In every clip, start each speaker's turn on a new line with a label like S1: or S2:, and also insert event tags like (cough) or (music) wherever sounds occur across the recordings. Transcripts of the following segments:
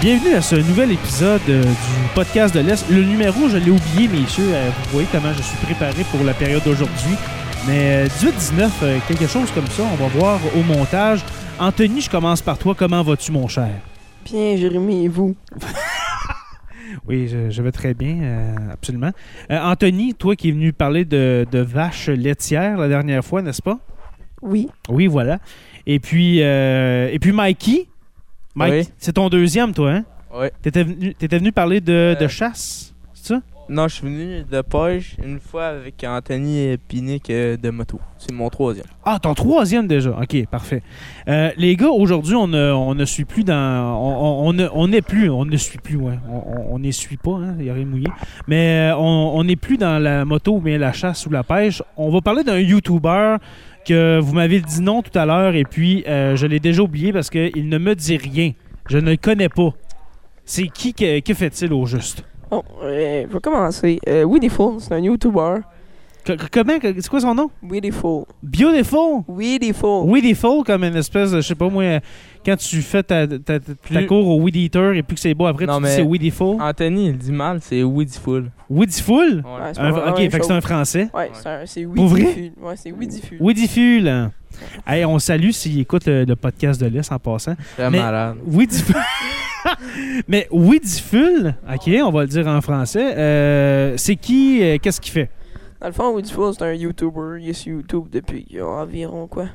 S1: Bienvenue à ce nouvel épisode euh, du podcast de l'Est. Le numéro, je l'ai oublié, messieurs. Euh, vous voyez comment je suis préparé pour la période d'aujourd'hui. Mais euh, 18-19, euh, quelque chose comme ça, on va voir au montage. Anthony, je commence par toi. Comment vas-tu, mon cher?
S2: Bien, Jérémy, et vous?
S1: Oui, je, je vais très bien, euh, absolument. Euh, Anthony, toi qui es venu parler de, de vaches laitières la dernière fois, n'est-ce pas?
S2: Oui.
S1: Oui, voilà. Et puis, euh, et puis Mikey, Mike,
S3: Oui.
S1: c'est ton deuxième, toi, hein?
S3: Ouais.
S1: T'étais venu, t'étais venu parler de, de
S3: Euh,
S1: chasse, c'est ça?
S3: Non, je suis venu de pêche une fois avec Anthony et puis Nick, euh, de moto. C'est mon troisième.
S1: Ah, ton troisième déjà. OK, parfait. Euh, les gars, aujourd'hui, on ne, on ne suit plus dans... On, on, on ne- on n'est plus... On ne suit plus, ouais. On- On on n'essuie pas, hein, il y a rien mouillé. Mais euh, on on n'est plus dans la moto, mais la chasse ou la pêche. On va parler d'un YouTuber que vous m'avez dit non tout à l'heure et puis euh, je l'ai déjà oublié parce qu'il ne me dit rien. Je ne le connais pas. C'est qui que, que fait-il au juste?
S2: Bon, euh, je vais commencer. Euh, Williful, c'est un YouTuber.
S1: Que- que- comment? que- C'est quoi son nom?
S2: Williful.
S1: Beautiful?
S2: Williful.
S1: Weed Eater, comme une espèce de, je sais pas moi, quand tu fais ta, ta, ta- ta
S3: Plus-
S1: cour au Weed Eater et puis que c'est beau après,
S3: Non,
S1: tu
S3: mais-
S1: dis c'est Weed Eater.
S3: Anthony, il dit mal, c'est Woody Full.
S1: Weedy Full?
S2: Ouais, c'est
S1: Un-
S2: pas
S1: ok,
S2: la
S1: fait que
S2: même
S1: c'est Ah,
S2: chose.
S1: un français.
S2: Ouais, c'est un- c'est
S1: Pour vrai?
S2: Williful. Ouais, c'est Williful.
S1: Weedy Full. hein. Hey, on salue s'il écoute le, le podcast de l'Est en passant.
S3: Très
S1: Mais-
S3: malade.
S1: Weedy Full. (laughs) Mais Weedy Full, ok, on va le dire en français, euh, c'est qui, euh, qu'est-ce qu'il fait?
S2: Dans le fond, Williful, c'est un YouTuber. Il est sur YouTube depuis euh, environ quoi?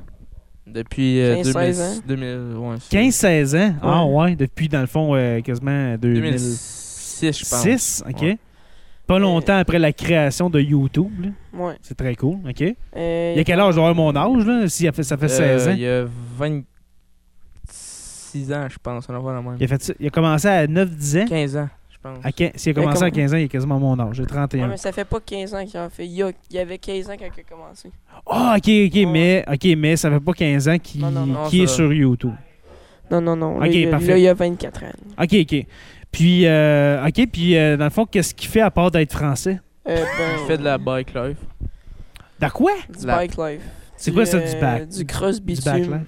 S3: Depuis euh,
S2: 15, 16
S3: 2000
S2: ans.
S3: 2000 ouais, c'est-
S1: 15-16 ans? Ah
S2: Ouais.
S1: ouais, depuis dans le fond euh, quasiment 2006,
S3: 2006, je pense.
S1: ok.
S3: Ouais.
S1: Pas longtemps après la création de YouTube, là.
S2: Ouais.
S1: C'est très cool, OK.
S2: Euh,
S1: Il y a quel âge? Je dois avoir mon âge, là, si ça fait, ça fait
S3: Euh,
S1: 16 ans.
S3: Il y a 26 ans, je pense. On en voit la même.
S1: Il a, fait ça- il a commencé à 9-10 ans.
S3: 15 ans, je pense.
S1: À quin- S'il a
S2: Mais
S1: commencé à
S2: comment-
S1: 15 ans, il a quasiment mon âge. J'ai
S2: Ouais,
S1: 31.
S2: mais ça fait pas 15 ans qu'il en fait. Il y, a- il y avait 15 ans quand il a commencé.
S1: Ah, OK, OK, mais, ok, mais ça fait pas 15 ans qu'il
S2: Non, non,
S3: non,
S1: qu'il est
S3: ça-
S1: sur YouTube.
S2: Non, non, non. Là,
S1: Ok,
S2: il, y a-
S1: parfait.
S2: là, il y a 24 ans.
S1: OK, OK. Puis, euh, OK, puis euh, dans le fond, qu'est-ce qu'il fait à part d'être français? (laughs)
S2: Euh,
S3: Il
S2: ben,
S3: fait de la bike life.
S1: Dans quoi?
S2: Du
S3: la-
S2: bike life.
S1: C'est
S2: Du,
S1: quoi ça, du
S2: euh,
S1: back?
S2: Du cross
S1: Du
S2: bitume.
S1: backlife?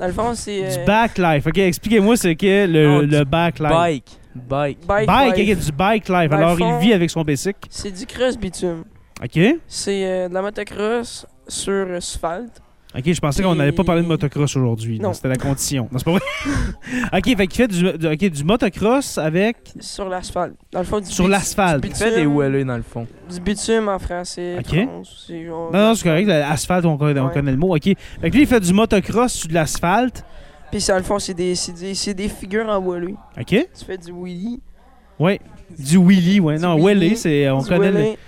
S2: Dans le fond, c'est.
S1: Du
S2: euh,
S1: backlife. OK, expliquez-moi ce qu'est le,
S3: Non,
S1: le
S3: du
S1: backlife.
S3: Bike. Bike.
S2: Bike,
S1: Bike,
S2: life.
S1: OK, du backlife.
S2: Dans le
S1: Alors,
S2: fond-
S1: il vit avec son bicycle.
S2: C'est du cross bitume.
S1: OK?
S2: C'est euh, de la motocross sur asphalte.
S1: OK, je pensais qu'on n'allait pas parler de motocross aujourd'hui.
S2: Non.
S1: là. C'était la condition. Non, c'est
S2: (laughs)
S1: pas vrai. OK, fait qu'il fait du, du- ok, du motocross avec...
S2: Sur l'asphalte. Dans le fond, du
S1: Sur
S2: bit-
S1: l'asphalte.
S2: du
S3: Il fait des
S2: bitume-
S3: WLE dans le fond.
S2: Du bitume en français.
S1: Ok.
S2: France, c'est genre-
S1: Non, non, c'est correct. Asphalte, on, connaît- on
S2: Ouais.
S1: connaît le mot. OK. Fait que lui, il fait du motocross sur de l'asphalte.
S2: Puis, ça, dans le fond, c'est des, c'est des, c'est des figures en voileux.
S1: OK?
S2: Tu fais du wheelie.
S1: Oui. Du wheelie, ouais.
S2: Du
S1: Non,
S2: wheelie,
S1: wheelie, c'est... On
S2: du
S1: connaît le-
S2: wheelie.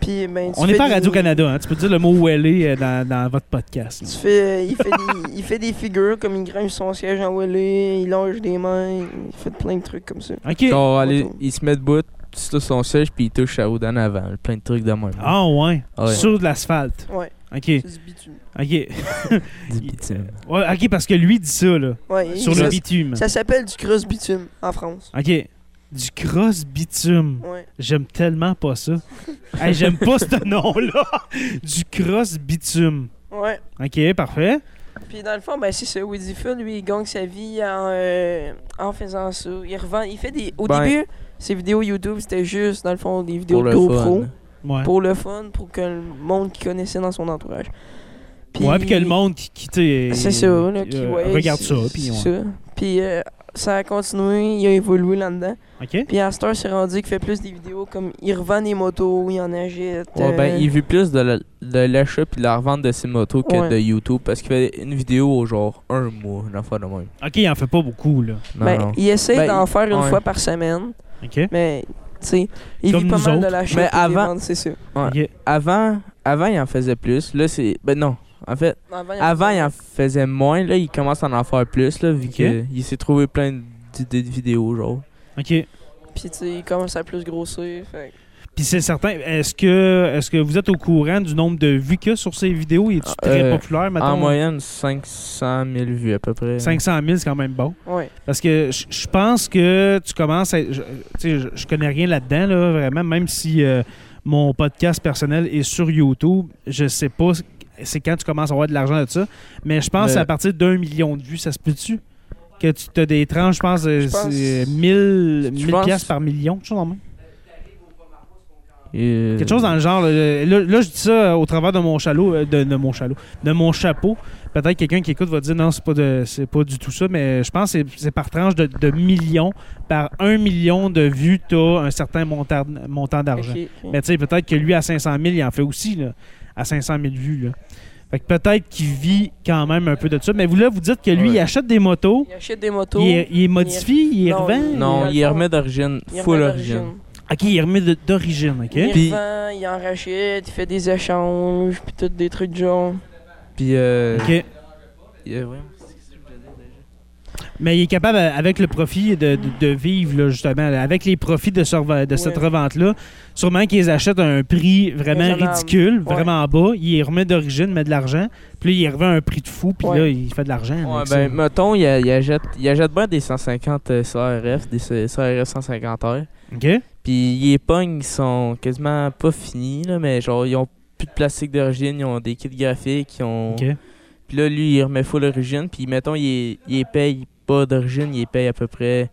S2: Puis, ben, tu
S1: On
S2: fais
S1: n'est pas à
S2: des-
S1: Radio-Canada, hein. Tu peux dire le mot wheelie euh, dans, dans votre podcast. là.
S2: Tu fais, il, fait des, (laughs) il fait des figures comme il grimpe son siège en voileux, il longe des mains, il fait plein de trucs comme ça.
S1: OK.
S2: Moto.
S3: Genre, allez, il se met debout sur son siège puis il touche à haut en avant. Plein de trucs de même.
S1: Ah, ouais.
S3: Ouais.
S1: Sur de l'asphalte.
S2: Ouais,
S1: OK.
S2: c'est du bitume.
S1: OK.
S3: Du bitume.
S1: Ouais, OK, parce que lui dit ça, là.
S2: Ouais,
S1: Sur
S2: ça-
S1: le bitume.
S2: Ça s'appelle du cross bitume en France.
S1: OK. Du cross bitume.
S2: Ouais.
S1: J'aime tellement pas ça. Hey, J'aime pas ce nom-là. Du cross bitume.
S2: Ouais.
S1: OK, parfait.
S2: Puis dans le fond, ben, c'est ça. Woody Full, lui, il gagne sa vie en, euh, en faisant ça. Il revend. Il fait des. Au
S3: Ben-
S2: début, ses vidéos YouTube, c'était juste, dans le fond, des vidéos
S3: Pour
S2: de
S3: le
S2: GoPro.
S3: fun.
S1: Ouais.
S2: Pour le fun, pour que le monde qui connaissait dans son entourage.
S1: Ouais, puis que le monde qui, qui t'est-
S2: C'est ça, là.
S1: euh,
S2: Qui, ouais,
S1: regarde
S2: c'est-
S1: ça, puis ouais.
S2: c'est ça. Puis euh, ça a continué, il a évolué là-dedans.
S1: OK?
S2: Puis Astor s'est rendu qu'il fait plus des vidéos comme il revend des motos, il en achète.
S3: Ouais, ben,
S2: euh,
S3: il vit plus de la- de l'achat puis de la revente de ses motos que
S2: Ouais.
S3: de YouTube parce qu'il fait une vidéo au genre un mois, une fois de même.
S1: OK, il en fait pas beaucoup, là.
S3: Non,
S2: ben,
S3: non.
S2: il essaie
S3: Ben,
S2: d'en faire une
S3: ouais.
S2: fois par semaine.
S1: OK?
S2: Mais, tu sais, il
S1: Comme
S2: vit pas
S1: nous
S2: mal de
S1: autres.
S2: la chute
S3: Mais
S2: et des
S3: avant-
S2: ventes, c'est sûr.
S1: OK.
S3: Avant, avant, il en faisait plus. Là, c'est. Ben non. En fait,
S2: Avant,
S3: avant, il en faisait moins. Là, il commence à en faire plus, là, vu
S1: Ok.
S3: qu'il s'est trouvé plein d'idées de vidéos, genre.
S1: OK.
S2: Puis, tu sais, il commence à plus grossir. Fait. que-
S1: Puis c'est certain, est-ce que est-ce que vous êtes au courant du nombre de vues qu'il y a sur ces vidéos? Il est très
S3: Euh,
S1: populaire,
S3: En
S1: maintenant?
S3: moyenne, 500 000 vues à peu près.
S1: 500 000, c'est quand même bon.
S2: Ouais.
S1: Parce que je je pense que tu commences à. Je, tu sais, je, je connais rien là-dedans, là, vraiment, même si euh, mon podcast personnel est sur YouTube, je sais pas c'est quand tu commences à avoir de l'argent de ça. Mais je pense
S3: Mais-
S1: à partir d'un million de vues, ça se peut-tu? Que tu as des tranches, je pense, euh,
S2: Je pense-
S1: c'est 1000
S3: Je
S1: 1000
S3: pense-
S1: piastres par million, quelque chose en même.
S3: Et-
S1: Quelque chose dans le genre. Là, là- là, je dis ça euh, au travers de mon chalot, euh, de, de mon chalot, de mon chapeau. Peut-être que quelqu'un qui écoute va dire non, c'est pas de, c'est pas du tout ça, mais je pense que c'est- c'est par tranche de, de millions. Par un million de vues, tu as un certain montant, montant d'argent.
S2: Ok, ok.
S1: Mais tu sais, peut-être que lui, à 500 000, il en fait aussi, là, à 500 000 vues. Là. Fait que peut-être qu'il vit quand même un peu de ça. Mais vous, là, vous dites que lui,
S3: Ouais.
S1: il achète des motos,
S2: Il achète des motos.
S1: il, il les modifie, il les
S2: Non,
S1: revend.
S3: Non, il remet d'origine,
S2: il
S3: full
S2: revend
S3: origine.
S1: OK, il remet de- d'origine, OK?
S2: Il
S3: Puis-
S2: revend, il en rachète, il fait des échanges, puis tout des trucs de genre.
S3: Puis, euh,
S1: OK.
S3: il- euh, ouais.
S1: Mais il est capable, euh, avec le profit, de, de- de vivre, là, justement, là, avec les profits de, ce reve- de cette
S2: Ouais.
S1: revente-là. Sûrement qu'ils achètent à un prix vraiment
S2: Raisonnable.
S1: ridicule,
S2: Ouais.
S1: vraiment bas. Il les remet d'origine, met de l'argent. Puis là, il les revend à un prix de fou, puis
S2: Ouais.
S1: là, il fait de l'argent.
S3: Ouais,
S1: avec ça.
S3: ben, mettons, il, a- il achète, il achète bien des 150 euh, CRF, des C- CRF 150R.
S1: OK?
S3: Puis, les pognes, ils sont quasiment pas finis, là, mais genre, ils ont plus de plastique d'origine, ils ont des kits graphiques, ils ont.
S1: OK.
S3: Puis là, lui, il remet full origine. Puis mettons, il, il les paye pas d'origine, il les paye à peu près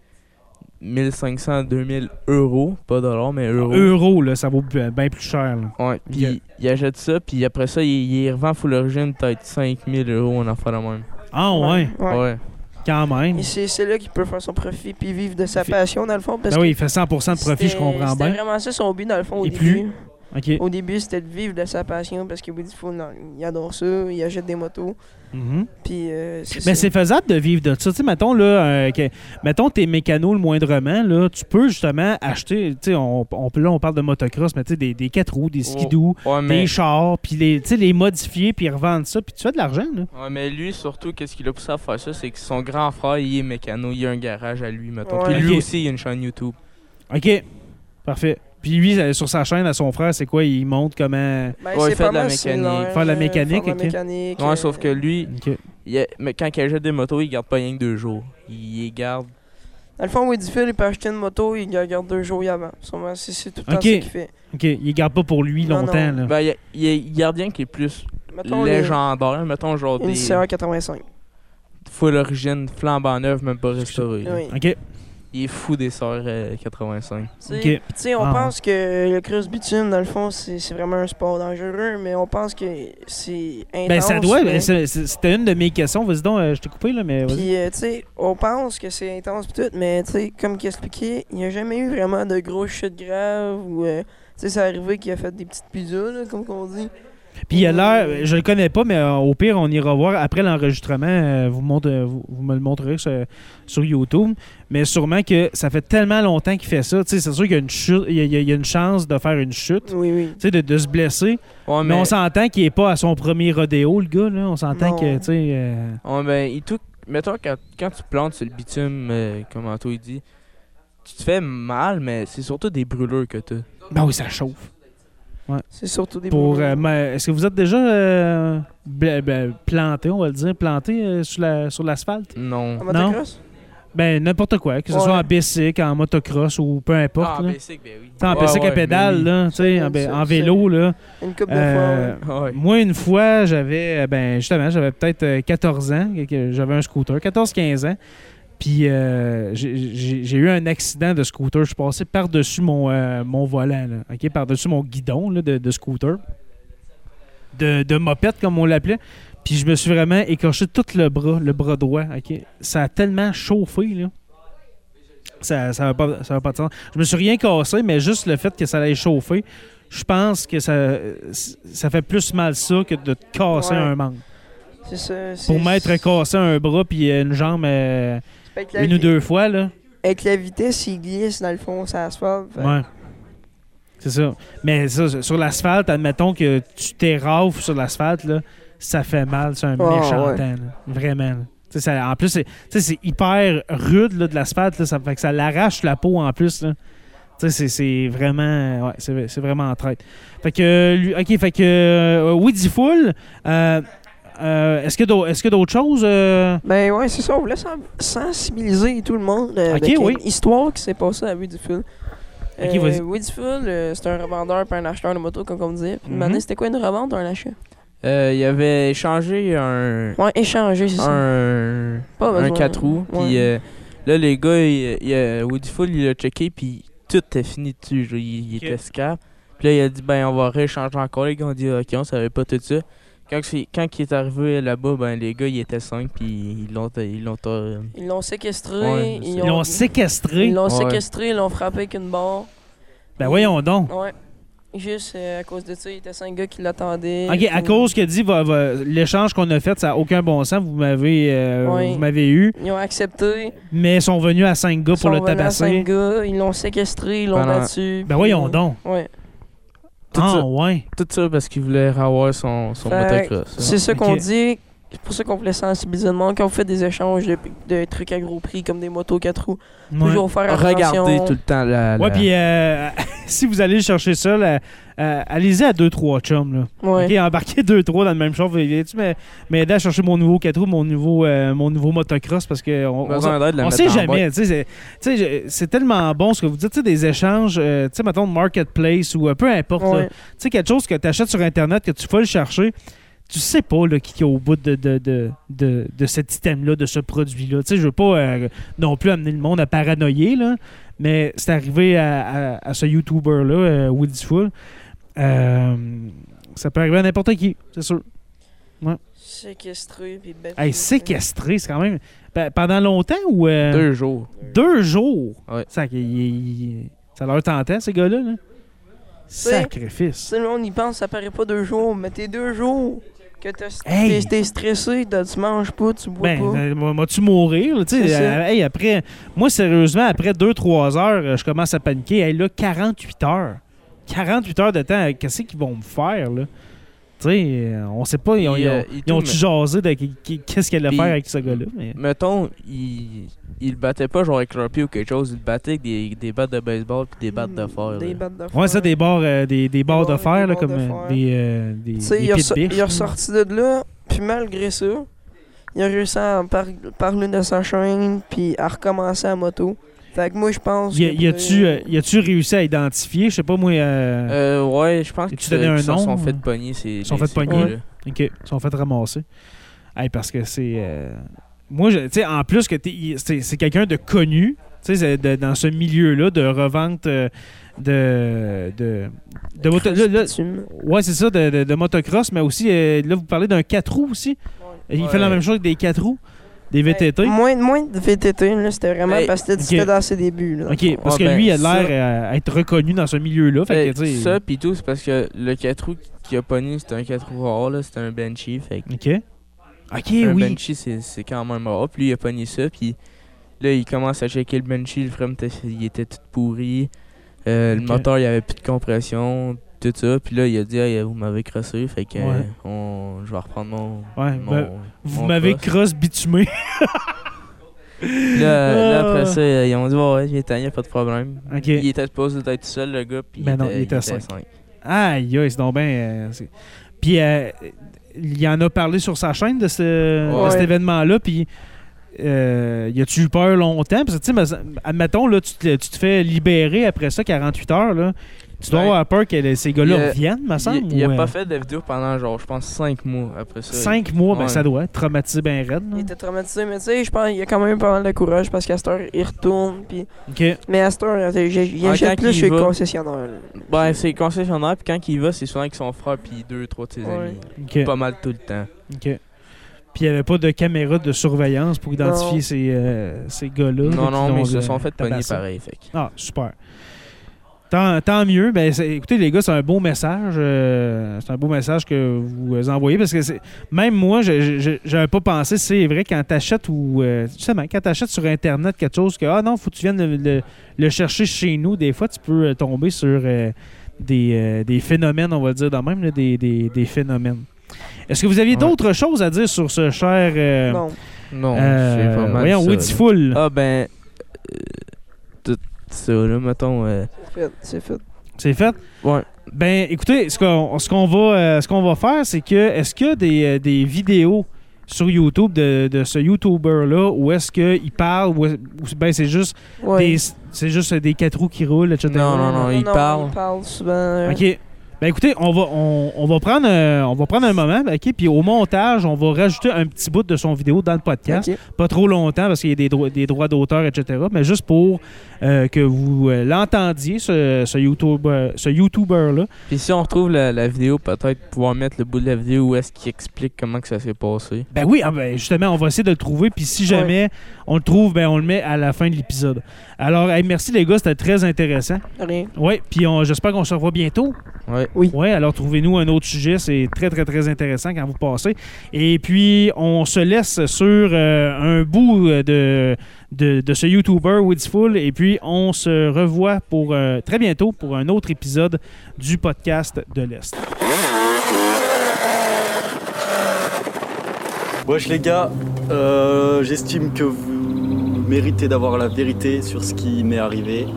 S3: 1500, 2000 euros. Pas dollars, mais euros.
S1: Euro, là, ça vaut b- bien plus cher. là.
S3: Ouais, puis
S1: Ok.
S3: il achète ça, puis après ça, il, il les revend full origine peut-être 5000 euros, on en fera la même.
S1: Ah ouais,
S2: Ouais.
S3: Ouais.
S1: quand même.
S2: Et c'est c'est là qu'il peut faire son profit puis vivre de sa
S1: Fait-
S2: passion dans le fond parce
S1: Ben oui,
S2: que
S1: il fait 100% de profit, je
S2: c'était-
S1: comprends
S2: c'était
S1: bien.
S2: vraiment ça son but dans le fond au
S1: Et
S2: début.
S1: OK.
S2: Au début, c'était de vivre de sa passion parce qu'il vous dit faut non, il adore ça, il achète des motos
S1: Mhm.
S2: puis euh, c'est
S1: Mais
S2: ça.
S1: c'est faisable de vivre de ça. Tu sais, mettons, là, euh, que- mettons tes mécanos le moindrement, là, tu peux justement acheter, tu sais, on, on, là, on parle de motocross, mais tu sais, des, des quatre roues,
S2: Oh.
S1: des skidoo,
S3: Ouais,
S1: des
S3: mais,
S1: chars, puis les, tu sais, les modifier, puis revendre ça, puis tu fais de l'argent, là.
S3: ouais, mais lui, surtout, qu'est-ce qu'il a poussé à faire ça, c'est que son grand frère, il est mécano, il a un garage à lui, mettons.
S2: Ouais.
S3: Puis lui
S1: Ok.
S3: aussi, il a une chaîne YouTube.
S1: OK, parfait. Puis lui, euh, sur sa chaîne, à son frère, c'est quoi? Il montre comment...
S2: Ben,
S3: Ouais,
S2: c'est
S3: il fait
S2: pas
S3: de la
S2: mal, c'est
S3: mécanique.
S2: leur,
S1: Faire de la
S2: euh,
S1: mécanique,
S2: faire
S1: ok.
S2: de la mécanique,
S3: Ouais,
S2: euh,
S3: sauf que lui,
S1: OK.
S3: il a- mais quand il achète des motos, il garde pas rien que deux jours. Il les garde
S2: Dans le fond, Woody Phil, il peut acheter une moto, il la garde deux jours y avant. Sûrement, C'est c'est tout le temps
S1: Ok.
S2: ce qu'il fait.
S1: OK, il garde pas pour lui
S2: Non,
S1: longtemps,
S2: non.
S1: là.
S3: Ben, il y a- il y, a un gardien qui est plus
S2: Mettons les-
S3: légendaire, mettons genre
S2: une
S3: des
S2: CR85.
S3: full origine, flambant neuf, même pas restauré. là.
S2: Oui.
S1: OK,
S3: Il est fou des sœurs euh, 85.
S2: Tu sais,
S1: Ok.
S2: puis tu sais, on
S1: Ah,
S2: pense que le cross bitume, dans le fond, c'est c'est vraiment un sport dangereux, mais on pense que c'est intense.
S1: Ben, ça doit.
S2: mais-
S1: c'est- c'est- C'était une de mes questions. Vas-y donc, euh, je t'ai coupé, là, mais vas-y.
S2: Puis, euh, tu sais, on pense que c'est intense pis tout, mais tu sais, comme qu'il expliquait, il n'y a jamais eu vraiment de grosses chutes graves ou, euh, tu sais, c'est arrivé qu'il a fait des petites pizzas, là, comme qu'on dit.
S1: Puis il a l'air, je le connais pas, mais euh, au pire, on ira voir après l'enregistrement. euh, vous, montre- euh, vous, vous me le montrerez sur, euh, sur YouTube. Mais sûrement que ça fait tellement longtemps qu'il fait ça. Tu sais, c'est sûr qu'il y a, une chute- il y a- il y a- il y a une chance de faire une chute, tu
S2: Oui, oui.
S1: sais, de, de se blesser.
S3: Ouais,
S1: mais,
S3: mais,
S1: on s'entend qu'il est pas à son premier rodéo, le gars. Là. On s'entend
S2: Non.
S1: que, tu sais. euh,
S3: ouais, ben, il tout... Mettons, quand, quand tu plantes sur le bitume, euh, comme Anto il dit, tu te fais mal, mais c'est surtout des brûlures que t'as.
S1: Ben oui, ça chauffe.
S2: C'est surtout des
S1: Pour,
S2: brûlures.
S1: euh, mais Est-ce que vous êtes déjà euh, bla- ben, planté, on va le dire, planté euh, sur la- sur l'asphalte?
S3: Non.
S1: non.
S2: En motocross?
S1: Ben, n'importe quoi, que ce
S2: Ouais.
S1: soit en bicycle, en motocross ou peu importe. là.
S3: basic, ben oui.
S1: T'sais, en
S3: Ouais, ben
S1: bicycle à
S3: ouais,
S1: pédale,
S3: mais
S1: là, tu sais, en,
S2: C'est-
S1: bé- en
S2: c'est-
S1: vélo. Là.
S2: Une coupe de
S1: Euh,
S2: fois.
S3: oui. Ouais.
S1: Moi, une fois, j'avais, euh, ben, justement, j'avais peut-être euh, 14 ans, que- que j'avais un scooter, 14-15 ans. Puis euh, j'ai- j'ai j'ai eu un accident de scooter. Je suis passé par-dessus mon, euh, mon volant, là, OK? par-dessus mon guidon là, de, de scooter, de, de mopette, comme on l'appelait. Puis je me suis vraiment écorché tout le bras, le bras droit. ok? Ça a tellement chauffé. Là. Ça ça n'a pas, ça avait pas de sens. Je me suis rien cassé, mais juste le fait que ça allait chauffer, je pense que ça, ça fait plus mal ça que de te casser
S2: Ouais.
S1: un membre.
S2: C'est ça. c'est-
S1: Pour m'être cassé un bras puis une jambe euh,
S2: Avec la
S1: une ou
S2: vi-
S1: deux fois, là.
S2: Avec la vitesse, il glisse dans le fond, ça asphalt. fait-
S1: Ouais. C'est ça. Mais ça, sur l'asphalte, admettons que tu t'érafles sur l'asphalte, là, ça fait mal. C'est un
S2: Ah,
S1: méchant
S2: ouais.
S1: temps, là. Vraiment. là. Tu sais, ça- en plus, c'est tu sais, c'est hyper rude là, de l'asphalte. là. Ça fait que ça l'arrache la peau en plus. là. Tu sais, c'est- c'est vraiment. Ouais, c'est c'est vraiment en traite. Fait que. euh, lui- OK, fait que. euh, Woody Full. euh, euh, Est-ce que d'au- est-ce que d'autres choses. euh,
S2: Ben ouais, c'est ça, on voulait sen- sensibiliser tout le monde euh,
S1: Ok,
S2: avec
S1: oui.
S2: une histoire qui s'est passée à Woodfield. Euh,
S1: Ok, vas-y.
S2: Woodfield, c'est un revendeur puis un acheteur de moto, comme on disait. Puis une
S1: Mhm.
S2: année, c'était quoi une revente ou un achat?
S3: Euh, il avait échangé un,
S2: Ouais, échanger, c'est ça.
S3: un,
S2: Pas
S3: un
S2: besoin.
S3: 4 roues.
S2: Ouais.
S3: Puis euh, là, les gars, il, il, euh, Woodfull, il a checké, puis tout était fini dessus. genre, il, il
S1: Ok.
S3: était scrap. Puis là, il a dit, ben, on va rééchanger encore. Les gars ont dit, ok, on savait pas tout ça. Quand, c'est- quand il est arrivé là-bas, ben, les gars, ils étaient 5, puis ils l'ont. Ils l'ont euh,
S2: Ils l'ont séquestré.
S3: Ouais, c'est
S2: ils
S1: Ils l'ont
S2: ont-
S1: séquestré.
S2: Ils l'ont
S3: Ouais.
S2: séquestré, ils l'ont frappé avec une barre.
S1: Ben voyons donc.
S2: Ouais. Juste euh, à cause de ça, il était cinq gars qui l'attendaient.
S1: Ok, à
S2: Puis,
S1: cause que dit va- va- l'échange qu'on a fait, ça n'a aucun bon sens. Vous m'avez euh,
S2: Ouais.
S1: vous m'avez eu,
S2: Ils ont accepté.
S1: mais ils sont venus à 5 gars
S2: Ils
S1: pour
S2: sont
S1: le
S2: venus à
S1: tabasser.
S2: cinq gars, ils l'ont séquestré, ils l'ont
S3: Pendant-
S2: battu.
S1: Ben
S2: puis- euh,
S1: voyons donc.
S2: Ouais.
S3: Tout
S1: ah
S3: ça.
S1: ouais.
S3: tout ça parce qu'il voulait avoir son, son
S2: Fait
S3: motocross.
S2: C'est ça
S1: Ok.
S2: qu'on dit. C'est pour ça qu'on voulait sensibiliser le monde. Quand on fait des échanges de, de trucs à gros prix comme des motos 4 roues,
S1: Ouais.
S2: toujours
S3: hein.
S2: faire attention.
S3: Regardez tout le temps la. la-
S1: Ouais, puis euh, (laughs) si vous allez chercher ça, là, euh, allez-y à 2-3 chums. Là.
S2: Ouais.
S1: Ok, embarquez 2-3 dans le même char. vous allez- Tu m'aider m'aider à chercher mon nouveau 4 roues, mon nouveau, euh, mon nouveau motocross parce que on, on
S3: besoin d'aide, le
S1: On
S3: mettre
S1: sait
S3: dans la boîte.
S1: jamais, tu sais, c'est- tu sais, je- c'est tellement bon ce que vous dites, tu sais, des échanges, euh, tu sais, mettons, de marketplace ou euh, peu importe, là.
S2: Ouais.
S1: tu sais, quelque chose que tu achètes sur Internet, que tu vas le chercher, tu sais pas là, qui qui est au bout de, de, de, de, de cet item-là, de ce produit-là. Tu sais, je veux pas euh, non plus amener le monde à paranoïer, là, mais c'est arrivé à, à- à ce YouTuber-là, euh, Woody's Fool. Euh, ça peut arriver à n'importe qui, c'est sûr.
S2: Séquestré puis battu.
S1: Hey, séquestré, c'est quand même... pe- Pendant longtemps ou... euh,
S3: Deux jours.
S1: Deux jours!
S3: Ouais.
S1: Ça, il- il- il- ça leur tentait, ces gars-là. là. Sacrifice.
S2: Si le monde y pense, ça paraît pas deux jours, mais t'es deux jours que t'as-
S1: Hey!
S2: t'es t'es stressé, t'as- tu manges pas, tu bois
S1: Ben,
S2: pas.
S1: euh, m'as-tu mourir? là, tu sais,
S2: C'est ça.
S1: euh, hey, après, moi, sérieusement, après 2-3 heures, euh, je commence à paniquer. Hey, là, 48 heures. 48 heures de temps, euh, qu'est-ce qu'ils vont me faire? Là? Tu sais, euh, on sait pas. Ils ont,
S3: Puis,
S1: ils ont-
S3: euh, et
S1: ils
S3: tout,
S1: ont-tu
S3: mais-
S1: jasé de qui- qui- qu'est-ce qu'ils allaient
S3: Puis-
S1: faire avec ce gars-là? mais-
S3: Mettons, il, il le battait pas genre avec leur pied ou quelque chose, il le battait avec des, des battes de baseball puis des battes de fer.
S2: Hmm, Des
S3: là.
S2: battes de fer.
S1: Ouais, ça, des barres, euh, des, des barres de
S2: barres-
S1: fer,
S2: des
S1: là,
S2: barres
S1: comme
S2: de
S1: euh,
S2: fer.
S1: des, euh, des,
S2: Tu sais,
S1: des
S2: il,
S1: pieds
S2: est
S1: de
S2: ressor-
S1: biche,
S2: il est
S1: là.
S2: ressorti de là, puis malgré ça, il a réussi à par- parler de sa chaîne, puis à recommencer à moto. Fait que moi, je pense.
S1: Y a-
S2: que-
S1: y a-tu euh, y a-tu réussi à identifier? Je sais pas, moi. euh,
S3: Euh, ouais, je pense
S1: Et
S3: qu'ils
S1: tu donnais un
S3: se
S1: nom,
S3: sont fait
S1: euh?
S3: pogner. ces-
S1: Ils sont
S3: les-
S1: fait
S3: ces
S1: pogner.
S3: gars-là.
S1: OK. Ils sont fait ramasser. Hey, parce que c'est. euh, Moi, je- tu sais, en plus que t'es- il- c'est c'est quelqu'un de connu, tu sais, c'est de- dans ce milieu-là de revente euh, de. de, de moto- là- là-
S2: Tu me-
S1: ouais, c'est ça, de, de- de motocross, mais aussi, euh, là, vous parlez d'un 4 roues aussi. Il fait la
S3: Ouais. Ben, ah,
S1: même chose que des 4 roues, des VTT.
S2: ben, Moins, moins de VTT, là, c'était vraiment
S3: Hey,
S2: parce que c'était
S1: ok.
S2: dans ses débuts. Là,
S1: OK, parce que
S3: ben,
S1: lui, il a l'air
S3: ça-
S1: euh, à être reconnu dans ce milieu-là. Fait
S3: Fait
S1: que, tu sais,
S3: Ben, ça, pis tout, c'est parce que le 4 roues qui a pogné, c'était un 4 roues rare, là, c'était un Banshee. Fait que
S1: OK. OK,
S3: un
S1: Eh oui.
S3: Banshee, c'est c'est quand même rare. Puis lui, il a pogné ça, puis là, il commence à checker le Banshee, le frame, était- il était tout pourri. Euh, Le
S1: Ok.
S3: moteur, il avait plus de compression, tout ça. Puis là, il a dit, Hey, vous m'avez crossé, fait que
S1: Ouais.
S3: euh, on- je vais reprendre mon.
S1: Ouais,
S3: mon-
S1: ben,
S3: mon
S1: Vous m'avez
S3: cross.
S1: cross bitumé.
S3: Puis Là, là,
S1: Ah.
S3: après ça, euh, ils ont dit, ouais, ouais, il est a pas de problème.
S1: OK.
S3: Il était supposé d'être tout seul, le gars, puis
S1: Ben
S3: il,
S1: non,
S3: était,
S1: il était
S3: il
S1: cinq.
S3: cinq.
S1: Aïe, aïe, c'est donc bien. euh, c'est- puis euh, il en a parlé sur sa chaîne de, ce- de
S2: Ouais.
S1: cet événement-là. Puis euh, y a-tu eu peur longtemps? Parce que, tu sais, mais- admettons, là, tu, te, tu te fais libérer après ça, 48 heures. Là. Tu dois
S3: Ben,
S1: avoir peur que les- ces
S3: il
S1: gars-là
S3: a-
S1: reviennent, me semble.
S3: Il, il a
S1: ou, euh,
S3: pas fait de vidéo pendant, genre, je pense, 5 mois après ça.
S1: Cinq mois, ben
S3: Ouais.
S1: ça doit être traumatisé bien raide. là.
S2: Il était traumatisé, mais tu sais, je pense qu'il a quand même pas mal de courage parce qu'à cette heure, il retourne. Puis...
S1: OK.
S2: Mais à cette heure, j'ai- il
S3: Ah,
S2: achète
S3: quand
S2: plus
S3: il
S2: chez le
S3: va-
S2: concessionnaire. là.
S3: Ben, c'est concessionnaire, puis quand il va, c'est souvent avec son frère, puis deux, trois de ses
S2: Ouais.
S3: amis.
S1: OK.
S3: Pas mal tout le temps.
S1: OK. Puis il n'y avait pas de caméra de surveillance pour identifier
S2: Non.
S1: ces, euh, ces gars-là. là,
S3: Non,
S1: qui
S3: non, mais
S1: l'ont,
S3: ils se
S1: euh,
S3: sont fait pogner
S1: tabassé.
S3: pareil. Fait. que-
S1: Ah, super. Tant, tant mieux. Ben, c'est- écoutez, les gars, c'est un beau message. euh, c'est un beau message que vous euh, envoyez parce que c'est- même moi, je- je- j'avais pas pensé, c'est vrai, quand t'achètes ou. euh, justement, quand t'achètes sur Internet quelque chose que, ah non, faut que tu viennes le, le- le chercher chez nous, des fois, tu peux euh, tomber sur euh, des, euh, des phénomènes, on va dire, dans même là, des, des- des phénomènes. Est-ce que vous aviez
S3: Ouais.
S1: d'autres choses à dire sur ce cher. euh,
S2: Non.
S3: Non,
S1: euh,
S3: c'est pas mal.
S1: voyons,
S3: ça,
S1: Woody
S3: là.
S1: Full.
S3: Ah, ben. euh, tout ça, là, mettons. euh,
S2: C'est fait, c'est fait.
S1: C'est fait?
S3: Ouais.
S1: Ben, écoutez, ce qu'on ce qu'on va, euh, ce qu'on va faire, c'est que est-ce qu'il y a des, euh, des vidéos sur YouTube de, de ce YouTuber-là où est-ce qu'il parle ou, est- ou ben c'est juste
S2: Ouais.
S1: des c'est juste des quatre roues qui roulent, etc.
S3: Non, non, non, il parle.
S2: Il parle souvent. euh,
S1: OK. Ben écoutez, on va, on, on va prendre, euh, on va prendre un moment, OK? Puis au montage, on va rajouter un petit bout de son vidéo dans le podcast.
S2: Ok.
S1: Pas trop longtemps parce qu'il y a des, dro- des droits d'auteur, etc. Mais juste pour euh, que vous euh, l'entendiez, ce, ce, YouTuber, ce YouTuber-là.
S3: Puis si on retrouve la, la vidéo, peut-être pouvoir mettre le bout de la vidéo où est-ce qu'il explique comment que ça s'est passé.
S1: Ben oui, ah ben justement, on va essayer de le trouver. Puis si jamais on le trouve, ben on le met à la fin de l'épisode. Alors, hey, merci les gars, c'était très intéressant.
S2: Rien.
S1: Oui, puis on- j'espère qu'on se revoit bientôt.
S3: Ouais.
S1: Oui, alors trouvez-nous un autre sujet, c'est très, très, très intéressant quand vous passez. Et puis, on se laisse sur euh, un bout euh, de, de, de ce YouTuber, Woodsful, et puis on se revoit pour euh, très bientôt pour un autre épisode du podcast de l'Est.
S4: Wesh les gars, euh, j'estime que vous méritez d'avoir la vérité sur ce qui m'est arrivé.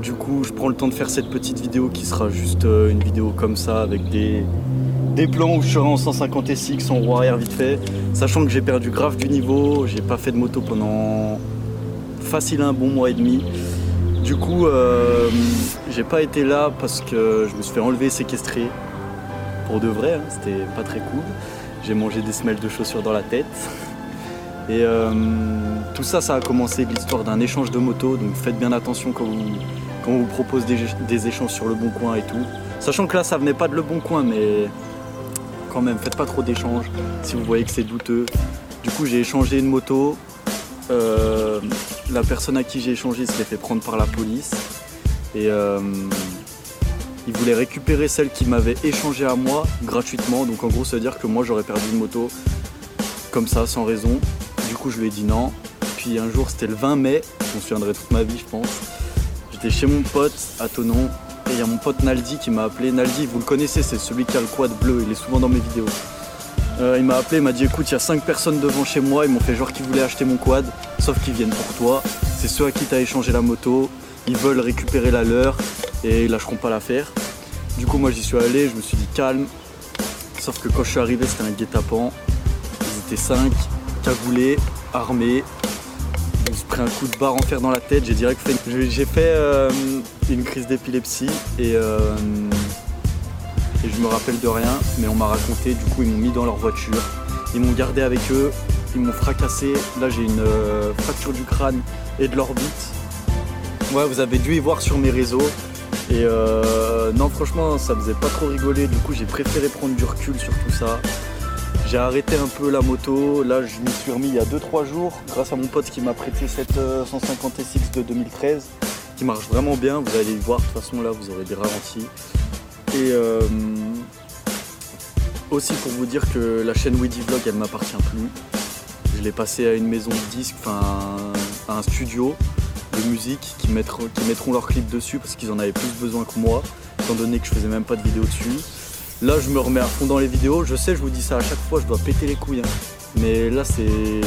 S4: Du coup, je prends le temps de faire cette petite vidéo qui sera juste euh, une vidéo comme ça avec des, des plans où je serai en 150 SX en roue arrière vite fait. Sachant que j'ai perdu grave du niveau, j'ai pas fait de moto pendant facile un bon mois et demi. Du coup, euh, j'ai pas été là parce que je me suis fait enlever, séquestrer. Pour de vrai, hein, c'était pas très cool. J'ai mangé des semelles de chaussures dans la tête. Et euh, tout ça, ça a commencé de l'histoire d'un échange de motos. Donc faites bien attention quand, vous, quand on vous propose des, des échanges sur le bon coin et tout. Sachant que là, ça venait pas de le bon coin, mais quand même, faites pas trop d'échanges si vous voyez que c'est douteux. Du coup, j'ai échangé une moto. Euh, la personne à qui j'ai échangé s'est fait prendre par la police. Et euh, il voulait récupérer celle qui m'avait échangé à moi gratuitement. Donc en gros, ça veut dire que moi j'aurais perdu une moto comme ça, sans raison. Du coup, je lui ai dit non. Puis un jour, c'était le 20 mai, je m'en souviendrai toute ma vie, je pense. J'étais chez mon pote à Tonon et il y a mon pote Naldi qui m'a appelé. Naldi, vous le connaissez, c'est celui qui a le quad bleu, il est souvent dans mes vidéos. Euh, il m'a appelé, il m'a dit écoute, il y a 5 personnes devant chez moi, ils m'ont fait genre qu'ils voulaient acheter mon quad, sauf qu'ils viennent pour toi. C'est ceux à qui t'as échangé la moto, ils veulent récupérer la leur et ils lâcheront pas l'affaire. Du coup, moi j'y suis allé, je me suis dit calme. Sauf que quand je suis arrivé, c'était un guet-apens. Ils étaient 5, cagoulés, armés. Je me suis pris un coup de barre en fer dans la tête. J'ai direct fait. j'ai- J'ai fait euh, une crise d'épilepsie et, euh, et je me rappelle de rien, mais on m'a raconté. Du coup, ils m'ont mis dans leur voiture. Ils m'ont gardé avec eux. Ils m'ont fracassé. Là, j'ai une euh, fracture du crâne et de l'orbite. Ouais, vous avez dû y voir sur mes réseaux. Et euh, non, franchement, ça faisait pas trop rigoler. Du coup, j'ai préféré prendre du recul sur tout ça. J'ai arrêté un peu la moto. Là, je m'y suis remis il y a 2-3 jours grâce à mon pote qui m'a prêté cette euh, 150 SX de 2013 qui marche vraiment bien. Vous allez le voir. De toute façon, là, vous aurez des ralentis. Et euh, aussi pour vous dire que la chaîne Weedy Vlog, elle m'appartient plus. Je l'ai passée à une maison de disques, enfin à un studio de musique qui mettront, qui mettront leurs clips dessus parce qu'ils en avaient plus besoin que moi, étant donné que je faisais même pas de vidéo dessus. Là, je me remets à fond dans les vidéos. Je sais, je vous dis ça à chaque fois, je dois péter les couilles. hein. Mais là, c'est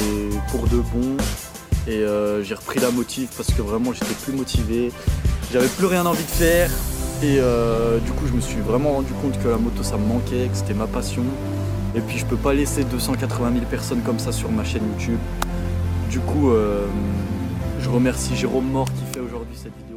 S4: pour de bon. Et euh, j'ai repris la motive parce que vraiment, j'étais plus motivé. J'avais plus rien envie de faire. Et euh, du coup, je me suis vraiment rendu compte que la moto, ça me manquait, que c'était ma passion. Et puis, je peux pas laisser 280 000 personnes comme ça sur ma chaîne YouTube. Du coup, euh, je remercie Jérôme Mort qui fait aujourd'hui cette vidéo. euh,